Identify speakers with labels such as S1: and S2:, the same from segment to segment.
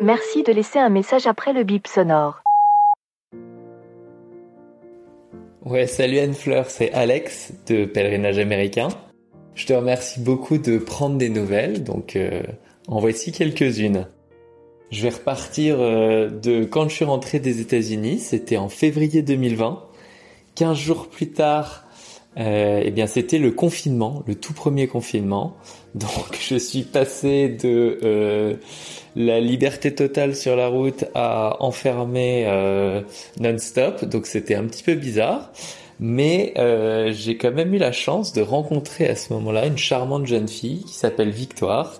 S1: Merci de laisser un message après le bip sonore.
S2: Ouais, salut Anne-Fleur, c'est Alex de Pèlerinage Américain. Je te remercie beaucoup de prendre des nouvelles, donc euh, en voici quelques-unes. Je vais repartir euh, de quand je suis rentré des États-Unis, c'était en février 2020. 15 jours plus tard, euh, eh bien c'était le confinement, le tout premier confinement. Donc je suis passé de euh, la liberté totale sur la route à enfermé euh, non-stop. Donc c'était un petit peu bizarre. Mais euh, j'ai quand même eu la chance de rencontrer à ce moment-là une charmante jeune fille qui s'appelle Victoire.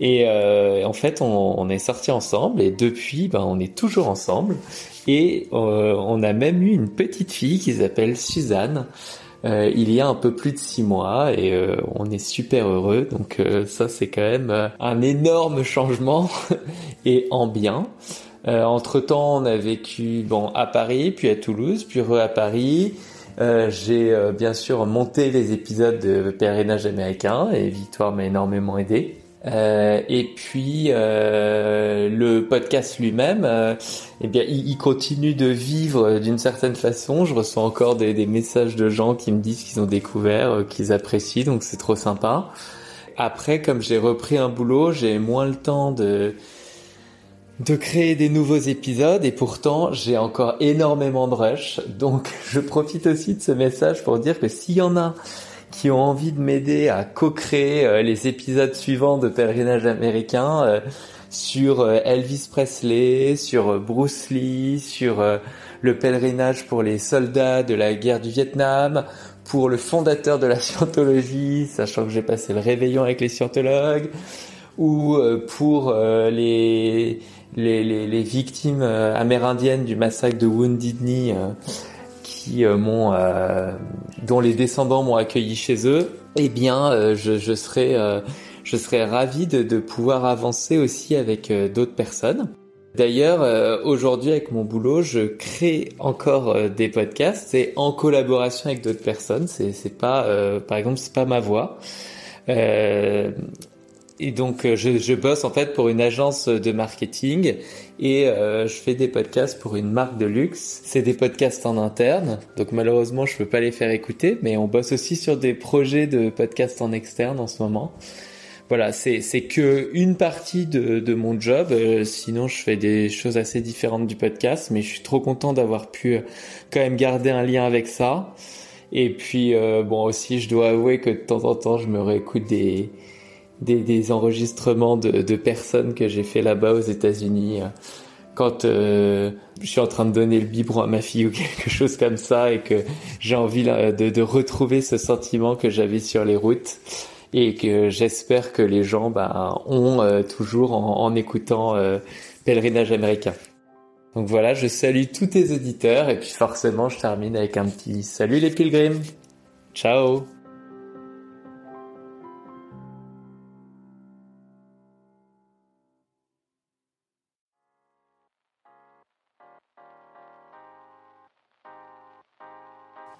S2: Et euh, en fait, on, on est sortis ensemble et depuis, ben, on est toujours ensemble. Et euh, on a même eu une petite fille qui s'appelle Suzanne euh, il y a un peu plus de six mois et euh, on est super heureux. Donc euh, ça, c'est quand même euh, un énorme changement et en bien. Euh, entre-temps, on a vécu bon, à Paris, puis à Toulouse, puis re à Paris. Euh, j'ai euh, bien sûr monté les épisodes de Pèlerinage américain et Victoire m'a énormément aidé. Euh, et puis euh, le podcast lui-même, euh, eh bien, il, il continue de vivre euh, d'une certaine façon. Je reçois encore des, des messages de gens qui me disent qu'ils ont découvert, euh, qu'ils apprécient, donc c'est trop sympa. Après, comme j'ai repris un boulot, j'ai moins le temps de de créer des nouveaux épisodes et pourtant j'ai encore énormément de rush donc je profite aussi de ce message pour dire que s'il y en a qui ont envie de m'aider à co-créer euh, les épisodes suivants de Pèlerinage américain euh, sur euh, Elvis Presley, sur euh, Bruce Lee, sur euh, le pèlerinage pour les soldats de la guerre du Vietnam, pour le fondateur de la scientologie, sachant que j'ai passé le réveillon avec les scientologues, ou euh, pour euh, les, les, les, les victimes euh, amérindiennes du massacre de Wounded Knee, euh, qui euh, m'ont, euh, dont les descendants m'ont accueilli chez eux, eh bien, euh, je, je serais, euh, je serais ravi de, de pouvoir avancer aussi avec euh, d'autres personnes. D'ailleurs, euh, aujourd'hui avec mon boulot, je crée encore euh, des podcasts et en collaboration avec d'autres personnes. C'est, c'est pas, euh, par exemple, c'est pas ma voix. Euh, et donc, euh, je, je bosse en fait pour une agence de marketing et euh, je fais des podcasts pour une marque de luxe. C'est des podcasts en interne, donc malheureusement je peux pas les faire écouter, mais on bosse aussi sur des projets de podcasts en externe en ce moment. Voilà, c'est c'est que une partie de, de mon job. euh, sinon, je fais des choses assez différentes du podcast, mais je suis trop content d'avoir pu euh, quand même garder un lien avec ça. Et puis euh, bon aussi, je dois avouer que de temps en temps, je me réécoute des des, des enregistrements de, de personnes que j'ai fait là-bas aux États-Unis. euh, quand euh, je suis en train de donner le biberon à ma fille ou quelque chose comme ça et que j'ai envie là, de, de retrouver ce sentiment que j'avais sur les routes et que j'espère que les gens bah, ont euh, toujours en, en écoutant euh, Pèlerinage américain. Donc voilà, je salue tous tes auditeurs et puis forcément je termine avec un petit salut les pilgrims. Ciao